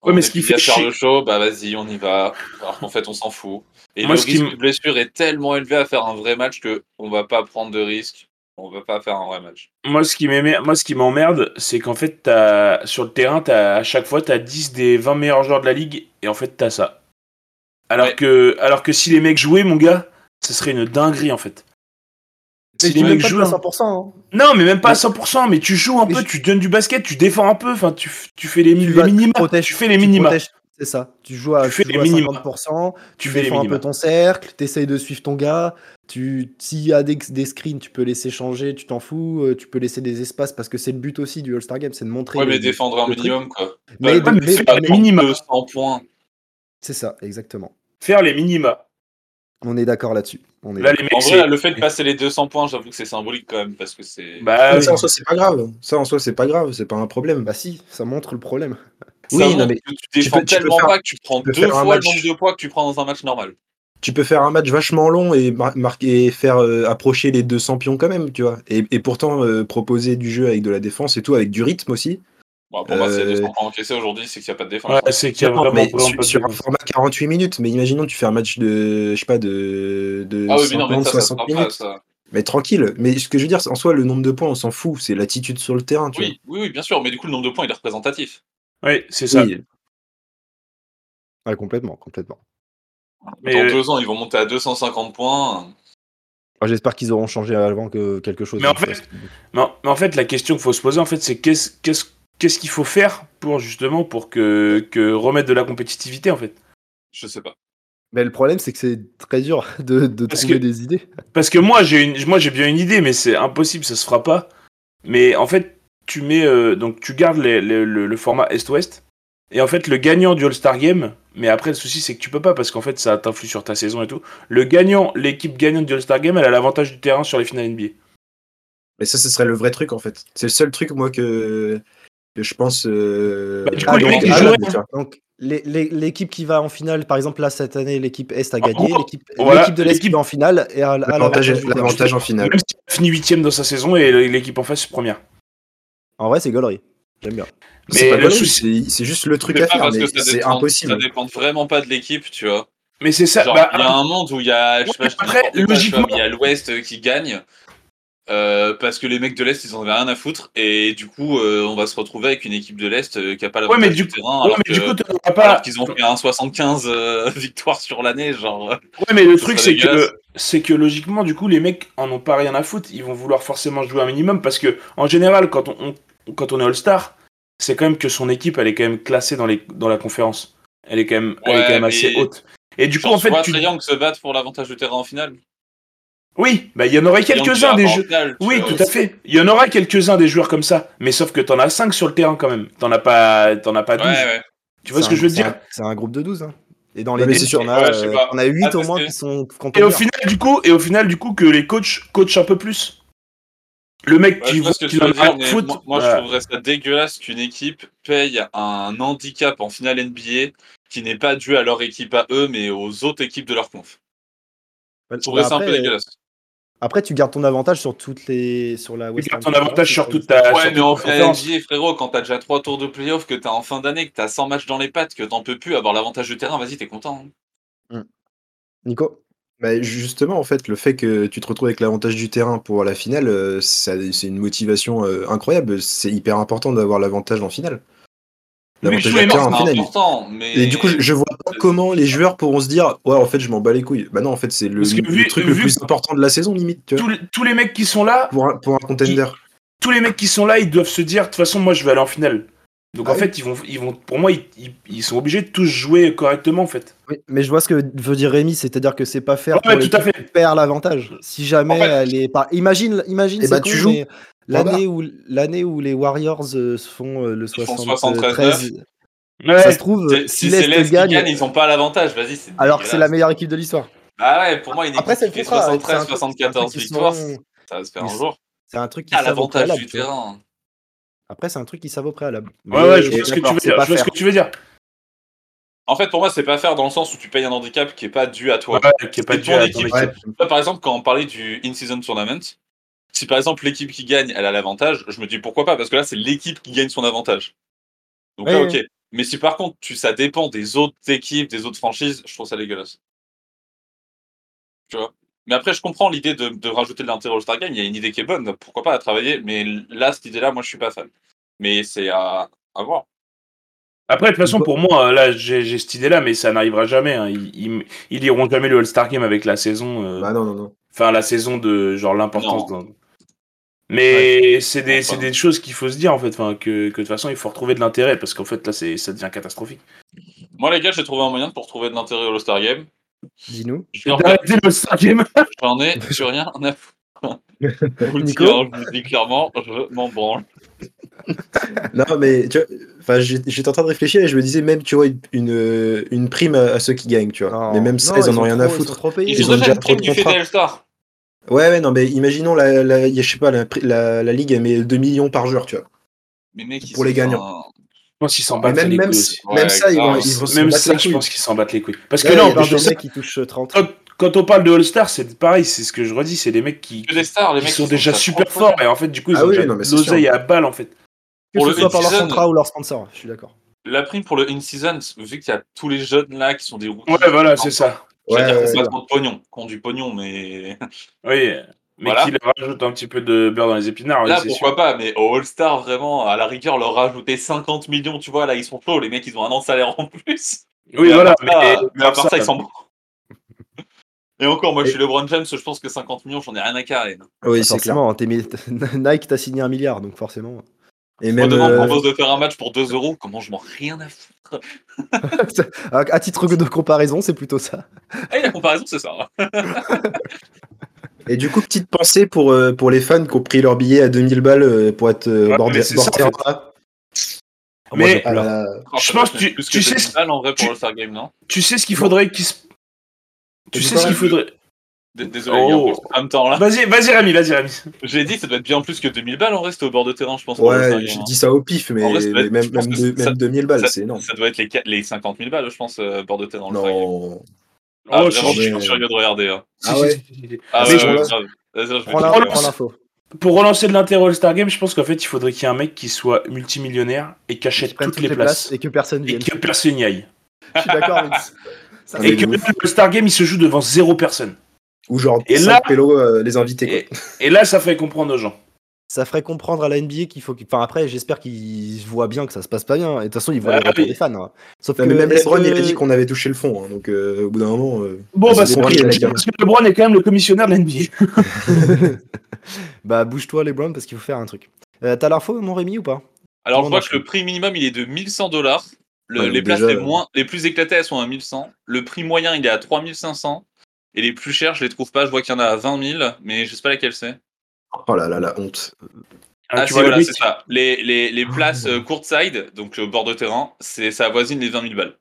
Speaker 3: Ouais, mais
Speaker 2: On
Speaker 3: ce
Speaker 2: est
Speaker 3: qui
Speaker 2: payé
Speaker 3: fait
Speaker 2: à faire
Speaker 3: chier-
Speaker 2: le show, bah vas-y, on y va. Alors qu'en fait, on s'en fout. Et
Speaker 3: Moi,
Speaker 2: le
Speaker 3: ce qui
Speaker 2: risque
Speaker 3: me-
Speaker 2: de blessure est tellement élevé à faire un vrai match que on va pas prendre de risque. On va pas faire un vrai match.
Speaker 3: Moi, ce qui m'émer- moi, ce qui m'emmerde, c'est qu'en fait, t'as- sur le terrain, t'as- à chaque fois, t'as 10 des 20 meilleurs joueurs de la ligue, et en fait, t'as ça. Alors,
Speaker 2: Ouais.
Speaker 3: que... Alors que si les mecs jouaient, mon gars, ce serait une dinguerie, en fait.
Speaker 1: Mais
Speaker 3: Si
Speaker 1: je dis
Speaker 3: les
Speaker 1: même
Speaker 3: mecs
Speaker 1: pas que
Speaker 3: jouent,
Speaker 1: à
Speaker 3: hein.
Speaker 1: 100%. hein.
Speaker 3: Non, mais même pas à
Speaker 1: Mais-
Speaker 3: 100%, mais tu joues un
Speaker 1: Mais
Speaker 3: peu,
Speaker 1: je-
Speaker 3: tu donnes du basket, tu défends un peu, enfin, tu, f- tu fais les, mi-
Speaker 1: Tu
Speaker 3: les
Speaker 1: vas- tu
Speaker 3: minima.
Speaker 1: protèges-
Speaker 3: tu fais les minima.
Speaker 1: protèges, C'est ça. Tu joues à,
Speaker 3: Tu fais
Speaker 1: tu
Speaker 3: les
Speaker 1: joues à
Speaker 3: minima.
Speaker 1: 50%, tu,
Speaker 3: Tu fais les
Speaker 1: défends un
Speaker 3: minima.
Speaker 1: peu ton cercle, tu essayes de suivre ton gars. Tu, s'il y a des, des screens, tu peux laisser changer, tu t'en fous. euh, Tu peux laisser des espaces parce que c'est le but aussi du All-Star Game, c'est de montrer.
Speaker 2: Ouais, mais
Speaker 1: les-
Speaker 2: défendre un
Speaker 1: le truc-
Speaker 2: minimum, quoi.
Speaker 1: mais-
Speaker 2: Ouais,
Speaker 1: mais-
Speaker 3: mais fais
Speaker 1: mais-
Speaker 3: un
Speaker 1: mais-
Speaker 3: minimum. minima.
Speaker 2: 200 points.
Speaker 1: C'est ça, exactement.
Speaker 3: Faire les minima.
Speaker 1: On est d'accord là-dessus. On est
Speaker 3: Là,
Speaker 1: d'accord.
Speaker 3: les
Speaker 2: En
Speaker 3: mecs,
Speaker 2: vrai, là,
Speaker 3: c'est.
Speaker 2: le fait de passer les 200 points, j'avoue que c'est symbolique quand même, parce que c'est.
Speaker 3: Bah,
Speaker 4: Mais
Speaker 3: oui.
Speaker 4: ça en soi c'est pas grave. Ça en soi c'est pas grave, c'est pas un problème.
Speaker 1: Bah si, ça montre le problème.
Speaker 2: ça
Speaker 4: oui,
Speaker 2: montre
Speaker 4: non, mais
Speaker 2: que tu défends
Speaker 4: peux- tu peux
Speaker 2: tellement
Speaker 4: faire-
Speaker 2: pas que tu prends
Speaker 4: tu peux
Speaker 2: deux
Speaker 4: faire un
Speaker 2: fois le
Speaker 4: match.
Speaker 2: nombre de points que tu prends dans un match normal.
Speaker 4: tu peux faire un match vachement long et, mar- marquer, et faire euh, approcher les deux champions quand même, tu vois. Et, et pourtant euh, proposer du jeu avec de la défense et tout, avec du rythme aussi.
Speaker 2: Bon, pour moi, s'il y a
Speaker 4: Euh,
Speaker 2: 200 points encaissés aujourd'hui, c'est qu'il n'y a pas de défense.
Speaker 3: Ouais, c'est qu'il y a
Speaker 4: Non,
Speaker 3: vraiment
Speaker 4: mais
Speaker 3: vraiment
Speaker 4: sur,
Speaker 3: pas de
Speaker 4: sur un
Speaker 3: défense.
Speaker 4: format 48 minutes, mais imaginons tu fais un match de, je sais pas, de, de
Speaker 2: Ah oui, mais
Speaker 4: 50,
Speaker 2: non, mais ça, ça se
Speaker 4: 60
Speaker 2: fera pas,
Speaker 4: minutes.
Speaker 2: ça.
Speaker 4: Mais tranquille. Mais ce que je veux dire, c'est- en soi, le nombre de points, on s'en fout. C'est l'attitude sur le terrain, tu
Speaker 2: Oui, oui, oui, bien sûr, mais du coup, le nombre de points, il est représentatif.
Speaker 3: Oui, c'est ça.
Speaker 4: vois. Oui.
Speaker 1: Ouais, complètement, complètement.
Speaker 3: Mais,
Speaker 2: dans
Speaker 3: euh,
Speaker 2: deux ans, ils vont monter à 250 points.
Speaker 1: Moi, Ah, J'espère qu'ils auront changé avant que quelque chose.
Speaker 3: Mais en
Speaker 1: hein,
Speaker 3: fait-
Speaker 1: parce que-
Speaker 3: Mais en, mais en fait, la question qu'il faut se poser, en fait, c'est qu'est-ce qu'est-ce qu'est-ce qu'il faut faire pour justement pour que, que remettre de la compétitivité, en fait.
Speaker 2: Je sais pas.
Speaker 1: Mais le problème, c'est que c'est très dur (laughs) de, de
Speaker 3: Parce
Speaker 1: trouver
Speaker 3: que-
Speaker 1: des idées.
Speaker 3: Parce que moi, j'ai une, moi, j'ai bien une idée, mais c'est impossible, ça se fera pas. Mais en fait, tu mets, euh, donc tu gardes les- les- le, le format Est-Ouest. Et en fait, le gagnant du All-Star Game, mais après le souci c'est que tu peux pas parce qu'en fait ça t'influe sur ta saison et tout. Le gagnant, l'équipe gagnante du All-Star Game, elle a l'avantage du terrain sur les finales NBA.
Speaker 4: Mais ça, ce serait le vrai truc en fait. C'est le seul truc, moi, que, que je pense. euh,
Speaker 3: Bah, du
Speaker 1: coup, les mecs,
Speaker 4: adopter,
Speaker 1: ils joueraient,
Speaker 4: tu vois.
Speaker 1: Donc, les- les- l'équipe qui va en finale, par exemple, là, cette année, l'équipe Est a gagné,
Speaker 3: gros,
Speaker 1: l'équipe
Speaker 3: voilà,
Speaker 1: l'équipe de l'Est qui
Speaker 3: l'équipe-
Speaker 1: va en finale et à,
Speaker 4: L'avantage l'avantage en finale.
Speaker 3: Même si elle finit huitième dans sa saison et l'équipe en face première.
Speaker 1: En vrai, c'est gaulerie. J'aime bien.
Speaker 3: Mais
Speaker 4: C'est pas
Speaker 3: le
Speaker 4: le
Speaker 3: souci-
Speaker 4: souci, c'est juste le truc
Speaker 2: C'est
Speaker 4: à
Speaker 2: pas
Speaker 4: faire,
Speaker 2: parce
Speaker 4: mais
Speaker 2: que ça
Speaker 4: c'est
Speaker 2: dépend, ça
Speaker 4: impossible.
Speaker 2: dépend vraiment pas de l'équipe, tu vois.
Speaker 3: Mais c'est ça.
Speaker 2: Genre,
Speaker 3: bah,
Speaker 2: il y a un monde où il y a, je sais pas,
Speaker 3: Ouais,
Speaker 2: je dis
Speaker 3: après,
Speaker 2: n'importe quoi, tu vois,
Speaker 3: logiquement-
Speaker 2: mais il y a l'Ouest qui gagne euh, parce que les mecs de l'Est ils en avaient rien à foutre et du coup euh, on va se retrouver avec une équipe de l'Est euh, qui a pas la
Speaker 3: Ouais, mais du coup-
Speaker 2: terrain
Speaker 3: ouais,
Speaker 2: alors
Speaker 3: mais du
Speaker 2: que-
Speaker 3: coup, t'auras
Speaker 2: alors
Speaker 3: pas.
Speaker 2: qu'ils ont fait un 75 euh, (laughs) victoires sur l'année genre.
Speaker 3: Ouais, mais le
Speaker 2: Ce
Speaker 3: truc,
Speaker 2: serait
Speaker 3: c'est que
Speaker 2: dégueulasse.
Speaker 3: c'est que logiquement, du coup, les mecs en ont pas rien à foutre. Ils vont vouloir forcément jouer un minimum parce que, en général, quand on, on- quand on est All-Star, c'est quand même que son équipe, elle est quand même classée dans, les, dans la conférence. Elle est quand même, elle est
Speaker 2: Ouais,
Speaker 3: quand même
Speaker 2: mais-
Speaker 3: assez haute. Et du coup, en fait, tu...
Speaker 2: Young se battre pour l'avantage de terrain en finale.
Speaker 3: oui, bah, il y en aurait
Speaker 2: Trae Young
Speaker 3: quelques-uns
Speaker 2: perd
Speaker 3: des
Speaker 2: en
Speaker 3: jeux.
Speaker 2: finale, tu
Speaker 3: Oui,
Speaker 2: vois.
Speaker 3: tout à fait. Il y en aura quelques-uns des joueurs comme ça, mais sauf que t'en as 5 sur le terrain quand même. T'en as pas, t'en as pas 12.
Speaker 2: Ouais, ouais.
Speaker 3: Tu vois
Speaker 1: C'est
Speaker 3: ce que
Speaker 1: un-
Speaker 3: je veux te
Speaker 1: c'est
Speaker 3: dire
Speaker 1: un- C'est un groupe de 12. hein. Et dans
Speaker 4: Ouais,
Speaker 1: les
Speaker 4: mais
Speaker 1: deux,
Speaker 4: c'est sûr.
Speaker 1: on a,
Speaker 2: Ouais, je sais
Speaker 1: euh,
Speaker 2: pas.
Speaker 1: on a 8
Speaker 2: Ah,
Speaker 1: au moins
Speaker 2: parce
Speaker 1: qui sont
Speaker 3: Et au
Speaker 1: contenders.
Speaker 3: final, du coup, et au final, du coup, que les coachs coachent un peu plus. Le mec
Speaker 2: Ouais,
Speaker 3: qui
Speaker 2: je
Speaker 3: voit
Speaker 2: vois ce que
Speaker 3: qu'il
Speaker 2: tu
Speaker 3: en
Speaker 2: veux
Speaker 3: a
Speaker 2: dire,
Speaker 3: rien
Speaker 2: mais
Speaker 3: à foutre, bah,
Speaker 2: moi, moi, je
Speaker 3: voilà.
Speaker 2: trouverais ça dégueulasse qu'une équipe paye un handicap en finale NBA qui n'est pas dû à leur équipe à eux, mais aux autres équipes de leur conf.
Speaker 1: Bah,
Speaker 2: Je trouverais ça un peu
Speaker 1: après, euh,
Speaker 2: dégueulasse.
Speaker 1: après, tu gardes ton avantage sur toutes les. Sur la
Speaker 3: Tu
Speaker 1: Western
Speaker 3: gardes ton
Speaker 1: Conference,
Speaker 3: avantage sur
Speaker 1: la-
Speaker 3: toute ta.
Speaker 2: euh, Ouais,
Speaker 3: sur
Speaker 2: mais
Speaker 3: toute
Speaker 2: en
Speaker 3: ta
Speaker 2: finale
Speaker 3: conférence.
Speaker 2: NBA, frérot, quand t'as déjà trois tours de playoff, que t'as en fin d'année, que t'as 100 matchs dans les pattes, que t'en peux plus avoir l'avantage de terrain, vas-y, t'es content. hein.
Speaker 1: Nico
Speaker 4: Bah, justement, en fait, le fait que tu te retrouves avec l'avantage du terrain pour la finale, euh, ça- c'est une motivation euh, incroyable. C'est hyper important d'avoir l'avantage en finale.
Speaker 3: Mais
Speaker 4: L'avantage
Speaker 3: tous les
Speaker 4: du
Speaker 3: matchs,
Speaker 4: terrain
Speaker 2: C'est
Speaker 4: en finale.
Speaker 2: important, mais.
Speaker 4: Et du coup, je, je vois
Speaker 3: euh,
Speaker 4: pas comment les joueurs pourront se dire Ouais, en fait, je m'en bats les couilles. Bah non, en fait, c'est le,
Speaker 3: Parce que
Speaker 4: le
Speaker 3: vu-
Speaker 4: truc
Speaker 3: vu-
Speaker 4: le plus important de la saison, limite, tu vois,
Speaker 3: Tous les- tous les mecs qui sont là,
Speaker 4: pour, un, pour un contender.
Speaker 3: tous les mecs qui sont là, ils doivent se dire, de toute façon, moi, je vais aller en finale. Donc,
Speaker 4: Ah
Speaker 3: en fait, ils vont, ils vont, pour moi, ils, ils- ils sont obligés de tous jouer correctement, en fait.
Speaker 1: Oui, mais je vois ce que veut dire Rémi, c'est-à-dire que c'est pas faire
Speaker 3: Ouais,
Speaker 1: pour
Speaker 3: tout
Speaker 1: l'équipe
Speaker 3: à fait.
Speaker 1: qui perd l'avantage. Si jamais
Speaker 2: En fait-
Speaker 1: elle est pas. Imagine, imagine
Speaker 4: Eh
Speaker 1: c'est
Speaker 4: bah,
Speaker 1: con,
Speaker 4: tu joues.
Speaker 1: mais l'année où l'année où les Warriors euh, se font euh, le
Speaker 2: Ils font
Speaker 1: 73.
Speaker 3: Ouais.
Speaker 1: Ça se trouve,
Speaker 2: C'est-
Speaker 1: euh, si
Speaker 2: Si c'est
Speaker 1: l'Est
Speaker 2: l'Est qui
Speaker 1: gagne,
Speaker 2: gagne, ils ont pas l'avantage, vas-y. c'est
Speaker 1: alors que c'est la
Speaker 2: dégueulasse.
Speaker 1: meilleure équipe de l'histoire.
Speaker 2: Bah ouais, pour moi, une équipe
Speaker 1: Après, c'est
Speaker 2: qui
Speaker 1: le
Speaker 2: fait
Speaker 1: contrat. c'est un truc- c'est un truc
Speaker 2: 73-74
Speaker 1: qu'ils sont-
Speaker 2: victoires, ça va se faire un
Speaker 1: Ils-
Speaker 2: jour.
Speaker 1: C'est un truc qui
Speaker 2: À
Speaker 1: savent au
Speaker 2: l'avantage
Speaker 1: préalable.
Speaker 2: du
Speaker 1: tu vois.
Speaker 2: terrain.
Speaker 1: Après, c'est un truc qui savent au préalable. Mais-
Speaker 3: Ouais, ouais, je vois
Speaker 1: et
Speaker 3: ce que tu
Speaker 1: d'accord,
Speaker 3: veux
Speaker 1: c'est
Speaker 3: dire.
Speaker 1: pas
Speaker 3: Je vois ce
Speaker 1: faire.
Speaker 3: que tu veux dire.
Speaker 2: En fait, pour moi, c'est pas faire dans le sens où tu payes un handicap qui est pas dû à toi.
Speaker 3: Ouais, qui est pas
Speaker 2: C'est
Speaker 3: dû
Speaker 2: ton
Speaker 3: à
Speaker 2: équipe.
Speaker 3: ton équipe.
Speaker 2: Là, par exemple, quand on parlait du in-season tournament, si par exemple l'équipe qui gagne, elle a l'avantage, je me dis pourquoi pas, parce que là, c'est l'équipe qui gagne son avantage. Donc là,
Speaker 1: Ouais,
Speaker 2: ok. Mais si par contre, tu, ça dépend des autres équipes, des autres franchises, je trouve ça dégueulasse. Tu vois Mais après, je comprends l'idée de, de rajouter de l'intérêt au Star Game. Il y a une idée qui est bonne, pourquoi pas à travailler. Mais là, cette idée-là, moi, je suis pas fan. Mais c'est à, à voir.
Speaker 3: Après, de toute façon, pour moi, euh, là, j'ai j'ai cette idée-là, mais ça n'arrivera jamais. hein. Ils, ils, ils iront jamais le All-Star Game avec la saison. euh,
Speaker 4: Bah non, non, non.
Speaker 3: Enfin, la saison de genre l'importance.
Speaker 2: Non.
Speaker 3: d'un- Mais c'est
Speaker 2: Non,
Speaker 3: des,
Speaker 2: pas
Speaker 3: c'est
Speaker 2: non.
Speaker 3: des choses qu'il faut se dire en fait, enfin, que, que de toute façon il faut retrouver de l'intérêt parce qu'en fait là c'est ça devient catastrophique.
Speaker 2: Moi, les gars, j'ai trouvé un moyen pour trouver de l'intérêt au Star Game.
Speaker 1: Dis-nous.
Speaker 2: Je leur
Speaker 3: Arrêtez le All-Star Game.
Speaker 2: J'en ai plus rien à foutre. Je vous le dis,
Speaker 1: Nico
Speaker 2: hein, je vous le dis clairement, je m'en branle.
Speaker 4: Non, mais tu vois, enfin, j'ai- j'étais en train de réfléchir et je me disais même, tu vois, une- une, une prime à à ceux qui gagnent, tu vois.
Speaker 1: Non.
Speaker 4: mais même ça,
Speaker 1: Non,
Speaker 4: ils en
Speaker 1: sont
Speaker 4: ont rien à
Speaker 1: trop-
Speaker 4: foutre.
Speaker 1: sont trop payés.
Speaker 2: Ils,
Speaker 4: Ils
Speaker 2: ont
Speaker 4: ont
Speaker 2: déjà
Speaker 4: déjà
Speaker 2: une prime
Speaker 4: trop de
Speaker 2: du fait
Speaker 4: contrats.
Speaker 2: d'All Star.
Speaker 4: Ouais, ouais, non, mais imaginons, la, la, je sais pas, la, pri- la, la ligue, elle met 2 millions par joueur, tu vois.
Speaker 2: Mais mec, ils
Speaker 4: Pour les
Speaker 2: sont-
Speaker 4: gagnants.
Speaker 3: Je pense qu'ils s'en
Speaker 4: Mais
Speaker 3: battent
Speaker 4: même,
Speaker 3: les
Speaker 4: même,
Speaker 3: couilles.
Speaker 4: s-
Speaker 3: aussi.
Speaker 2: Ouais,
Speaker 4: même ça, ils vont,
Speaker 2: grave.
Speaker 4: ils vont se
Speaker 3: Même
Speaker 4: battre
Speaker 3: ça,
Speaker 4: les
Speaker 3: je
Speaker 4: couilles.
Speaker 3: pense qu'ils s'en battent les couilles. Parce
Speaker 1: Là,
Speaker 3: que
Speaker 1: il y a
Speaker 3: non,
Speaker 1: plein
Speaker 3: plus de
Speaker 1: de
Speaker 3: ça,
Speaker 1: mecs qui touchent euh, 30.
Speaker 3: quand, quand on parle de All-Star, c'est pareil, c'est ce que je redis, c'est des mecs qui,
Speaker 2: Que des stars, les
Speaker 3: qui
Speaker 2: mecs.
Speaker 3: sont
Speaker 2: ils
Speaker 3: déjà super
Speaker 2: trop forts.
Speaker 3: forts et en fait du coup ils
Speaker 4: Ah
Speaker 3: ont
Speaker 4: oui,
Speaker 3: déjà
Speaker 4: non, mais c'est
Speaker 3: l'oseille
Speaker 4: sûr.
Speaker 3: à balle en fait.
Speaker 1: Que
Speaker 2: Pour
Speaker 1: ce
Speaker 2: le
Speaker 1: soit par leur
Speaker 2: mid-season.
Speaker 1: contrat ou leur sponsor, je suis d'accord.
Speaker 2: La prime pour le in-season, vu qu'il y a tous les jeunes là qui sont des rookies.
Speaker 3: Ouais, voilà, c'est ça.
Speaker 2: Je veux
Speaker 4: Ouais,
Speaker 2: dire,
Speaker 4: ouais,
Speaker 2: c'est
Speaker 4: ouais.
Speaker 2: pas trop de pognon, qu'on du pognon, mais.
Speaker 3: Ah Oui, mais
Speaker 2: Voilà.
Speaker 3: qui leur rajoute un petit peu de beurre dans les épinards. oui,
Speaker 2: Là,
Speaker 3: c'est sûr.
Speaker 2: pourquoi pas, mais au All-Star, vraiment, à la rigueur, leur rajouter 50 millions, tu vois, là, ils sont chauds, les mecs, ils ont un an de salaire en plus.
Speaker 3: Oui,
Speaker 2: Mais à
Speaker 3: voilà.
Speaker 2: part ça- mais à part ça,
Speaker 3: ça,
Speaker 2: ils s'en branlent. Et encore, moi, je
Speaker 4: Et-
Speaker 2: suis LeBron James, je pense que 50 millions, j'en ai rien à carrer.
Speaker 4: Oui, c'est clair.
Speaker 1: forcément, t'es mis- (laughs) Nike t'a signé un milliard, donc forcément.
Speaker 4: Et
Speaker 2: Moi,
Speaker 4: même,
Speaker 2: demain, on me
Speaker 4: euh,
Speaker 2: propose de faire un match pour 2 euros. Comment je m'en rien à foutre
Speaker 1: À à titre de comparaison, c'est plutôt ça.
Speaker 2: Ah, et la comparaison, c'est ça.
Speaker 4: Et du coup, petite pensée pour, euh, pour les fans qui ont pris leur billet à 2000 balles euh, pour être euh,
Speaker 3: Ouais,
Speaker 4: bord,
Speaker 3: mais c'est
Speaker 4: bord
Speaker 3: ça,
Speaker 4: terrain.
Speaker 3: en
Speaker 4: Ah, moi,
Speaker 3: Mais-
Speaker 4: je euh, pleure.
Speaker 3: Je pense que tu-
Speaker 2: plus
Speaker 3: tu sais ce-
Speaker 2: sais. en vrai pour
Speaker 3: tu-
Speaker 2: le Star Game, non
Speaker 3: Tu sais ce qu'il faudrait qu'ils se. Tu sais ce qu'il faudrait.
Speaker 2: D- Désolé,
Speaker 3: Oh.
Speaker 2: les gars, en plus, en même temps, là.
Speaker 3: Vas-y, vas-y, Rémi, vas-y, Rémi.
Speaker 2: J'ai dit, ça doit être bien plus que 2000 balles en vrai, c'était au bord de terrain, je pense. pour le Star
Speaker 4: Ouais,
Speaker 2: Game,
Speaker 4: je
Speaker 2: hein.
Speaker 4: dis ça au pif, mais,
Speaker 2: En vrai, ça doit
Speaker 4: mais
Speaker 2: être-
Speaker 4: même,
Speaker 2: je pense
Speaker 4: même
Speaker 2: que
Speaker 4: deux-
Speaker 2: ça-
Speaker 4: même 2000 balles,
Speaker 2: ça-
Speaker 4: c'est énorme.
Speaker 2: Ça doit être les, qua- les 50 000 balles, je pense, euh, bord de terrain. le Star Game.
Speaker 4: Non.
Speaker 2: Ah, vraiment,
Speaker 3: Oh, si,
Speaker 2: je suis
Speaker 4: mais-
Speaker 2: curieux de regarder. hein.
Speaker 4: Ah
Speaker 3: si,
Speaker 4: ouais.
Speaker 3: si, si, si, si.
Speaker 2: Ah,
Speaker 4: Ah,
Speaker 2: ouais,
Speaker 4: c'est
Speaker 2: ouais,
Speaker 4: bon, là.
Speaker 2: grave. Vas-y, je vais
Speaker 1: Prends
Speaker 2: te-
Speaker 1: la-
Speaker 3: Relance.
Speaker 1: prends l'info.
Speaker 3: Pour relancer de l'intérêt All-Star Game, je pense qu'en fait, il faudrait qu'il y ait un mec qui soit multimillionnaire et qui
Speaker 1: Qui
Speaker 3: achète
Speaker 1: prennent
Speaker 3: toutes, les places,
Speaker 1: et que personne
Speaker 3: et
Speaker 1: vienne.
Speaker 3: que personne n'y aille.
Speaker 1: Je suis d'accord avec ça. Ça,
Speaker 4: Ah,
Speaker 1: c'est
Speaker 3: Et
Speaker 4: mais
Speaker 3: que
Speaker 4: de
Speaker 3: le
Speaker 4: ouf.
Speaker 3: All-Star Game, il se joue devant zéro personne.
Speaker 4: Ou genre
Speaker 3: Et
Speaker 4: et
Speaker 3: là-
Speaker 4: là... pélos, euh, les invités. quoi.
Speaker 3: Et, et là, ça fait comprendre aux gens.
Speaker 1: ça ferait comprendre à la NBA qu'il faut. qu'il- Enfin, après, j'espère qu'ils voient bien que ça se passe pas bien. Et de toute façon, ils voient
Speaker 2: Ah
Speaker 1: les retours
Speaker 2: oui.
Speaker 1: des fans. hein. Sauf
Speaker 4: Non, mais même
Speaker 1: est-ce
Speaker 4: LeBron,
Speaker 1: que-
Speaker 4: il a dit qu'on avait touché le fond, hein, donc euh, au bout d'un moment. euh,
Speaker 3: Bon,
Speaker 4: Ils
Speaker 3: bah
Speaker 4: ont
Speaker 3: c'est
Speaker 4: compris,
Speaker 3: pris,
Speaker 4: les gars.
Speaker 3: parce que LeBron est quand même le commissionnaire de l'NBA.
Speaker 2: Ah,
Speaker 1: bah, bouge-toi, les Browns, parce qu'il faut faire un truc. Euh, T'as l'info, mon Rémi, ou pas
Speaker 2: Alors,
Speaker 1: Non,
Speaker 2: je vois
Speaker 1: non,
Speaker 2: que le prix minimum, il est de 1100 dollars.
Speaker 4: Ouais, donc
Speaker 2: les places
Speaker 4: déjà,
Speaker 2: les,
Speaker 4: euh,
Speaker 2: moins, les plus éclatées, elles sont à 1100. Le prix moyen, il est à 3500. Et les plus chères, je les trouve pas. Je vois qu'il y en a à 20 000, mais je sais pas laquelle c'est.
Speaker 4: Oh là là, la honte.
Speaker 2: Ah, si,
Speaker 3: tu vois, le Ah.
Speaker 2: voilà,
Speaker 3: mec,
Speaker 2: c'est ça. Les, les, les places euh, courtside, donc au bord de terrain, c'est ça avoisine les 20 000 balles.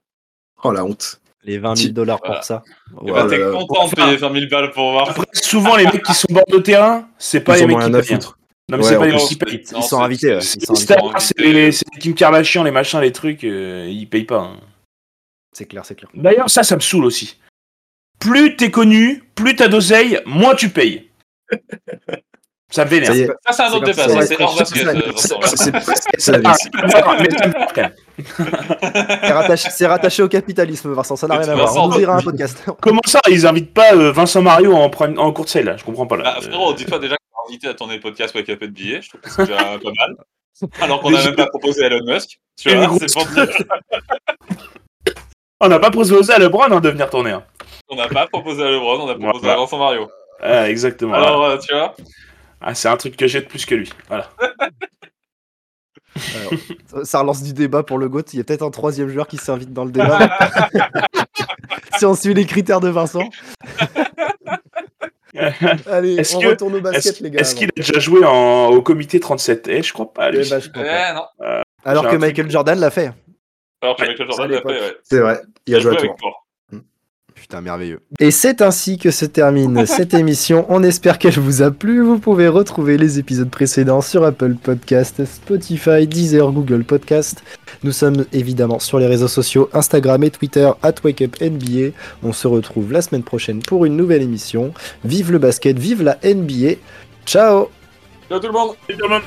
Speaker 4: Oh la honte.
Speaker 1: Les 20 000 dollars pour
Speaker 2: Voilà.
Speaker 1: ça.
Speaker 2: Et
Speaker 1: Oh
Speaker 2: bah,
Speaker 1: là
Speaker 2: t'es
Speaker 4: là.
Speaker 2: content de payer 20 000 balles pour voir.
Speaker 3: Après, souvent, les mecs qui sont bord de terrain, c'est pas
Speaker 4: Ils
Speaker 3: les
Speaker 4: en ont
Speaker 3: mecs qui
Speaker 4: rien à
Speaker 3: payent. hein.
Speaker 4: foutre.
Speaker 3: Non, mais
Speaker 4: Ouais,
Speaker 3: c'est pas
Speaker 4: en
Speaker 3: les mecs
Speaker 2: plus,
Speaker 3: qui payent.
Speaker 1: Ils
Speaker 2: Non,
Speaker 1: sont
Speaker 2: c'est-
Speaker 1: invités. ouais,
Speaker 3: Euh, C'est
Speaker 1: Ils sont
Speaker 3: les
Speaker 1: invités.
Speaker 3: stars, c'est les, c'est les Kim Kardashian, les machins, les trucs, euh, ils payent pas. hein.
Speaker 1: C'est clair, c'est clair.
Speaker 3: D'ailleurs, ça, ça me saoule aussi. Plus t'es connu, plus t'as d'oseille, moins tu payes. (laughs) ça me
Speaker 4: Ça
Speaker 3: vénère.
Speaker 4: y est,
Speaker 2: Ça, c'est un autre
Speaker 1: C'est
Speaker 2: débat.
Speaker 1: comme
Speaker 2: ça,
Speaker 1: ça,
Speaker 2: C'est
Speaker 1: ouais,
Speaker 2: hors
Speaker 1: c'est
Speaker 2: basket.
Speaker 1: comme
Speaker 2: euh,
Speaker 4: c'est
Speaker 2: Vincent, là.
Speaker 4: c'est- c'est- c'est la
Speaker 3: Ah,
Speaker 4: veste.
Speaker 3: d'accord, mais ça me vénère.
Speaker 1: C'est rattaché, c'est rattaché au capitalisme, Vincent. Ça n'a rien à voir.
Speaker 2: Vincent,
Speaker 1: On ouvrira un podcast. (laughs)
Speaker 3: Comment ça, ils invitent pas euh, Vincent Mario en, prime- en court sale là Je comprends pas là. Euh,
Speaker 2: Bah, frérot, dis-toi déjà qu'on a invité à tourner le podcast avec un peu de billets. Je trouve que c'est déjà pas mal. Alors qu'on n'a
Speaker 3: Mais
Speaker 2: même pas proposé à Elon Musk. Tu
Speaker 3: Et
Speaker 2: vois,
Speaker 3: une
Speaker 2: c'est pour dire
Speaker 3: On n'a pas proposé à LeBron hein, de venir tourner. hein.
Speaker 2: qu'on n'a pas proposé à LeBron, on a proposé
Speaker 3: Voilà.
Speaker 2: à Vincent Mario.
Speaker 3: Ah, exactement.
Speaker 2: Alors, euh, tu vois,
Speaker 3: Ah, c'est un truc que j'ai de plus que lui. Voilà.
Speaker 1: Alors, ça- ça relance du débat pour le GOAT. Il y a peut-être un troisième joueur qui s'invite dans le
Speaker 3: (laughs)
Speaker 1: débat. si on suit les critères de Vincent. Allez,
Speaker 3: Est-ce
Speaker 1: on
Speaker 3: que-
Speaker 1: retourne au basket,
Speaker 3: Est-ce
Speaker 1: les gars.
Speaker 3: est-ce qu'il a déjà joué en- au comité 37 Eh, je crois pas,
Speaker 1: avant.
Speaker 3: lui.
Speaker 1: Eh ben, je crois pas.
Speaker 2: eh, non.
Speaker 1: Alors
Speaker 3: j'ai
Speaker 1: que
Speaker 3: un
Speaker 1: Michael Jordan l'a fait.
Speaker 2: Alors que Michael Jordan
Speaker 1: ça, à
Speaker 2: l'a fait, ouais.
Speaker 4: C'est vrai, il a joué à
Speaker 2: avec
Speaker 4: tour.
Speaker 2: toi.
Speaker 1: Putain, merveilleux. Et c'est ainsi que se termine cette émission. On espère qu'elle vous a plu. Vous pouvez retrouver les épisodes précédents sur Apple Podcast, Spotify, Deezer, Google Podcast. Nous sommes évidemment sur les réseaux sociaux Instagram et Twitter at WakeUpNBA. On se retrouve la semaine prochaine pour une nouvelle émission. Vive le basket, vive la NBA. Ciao
Speaker 2: Ciao tout le monde
Speaker 3: Et demain-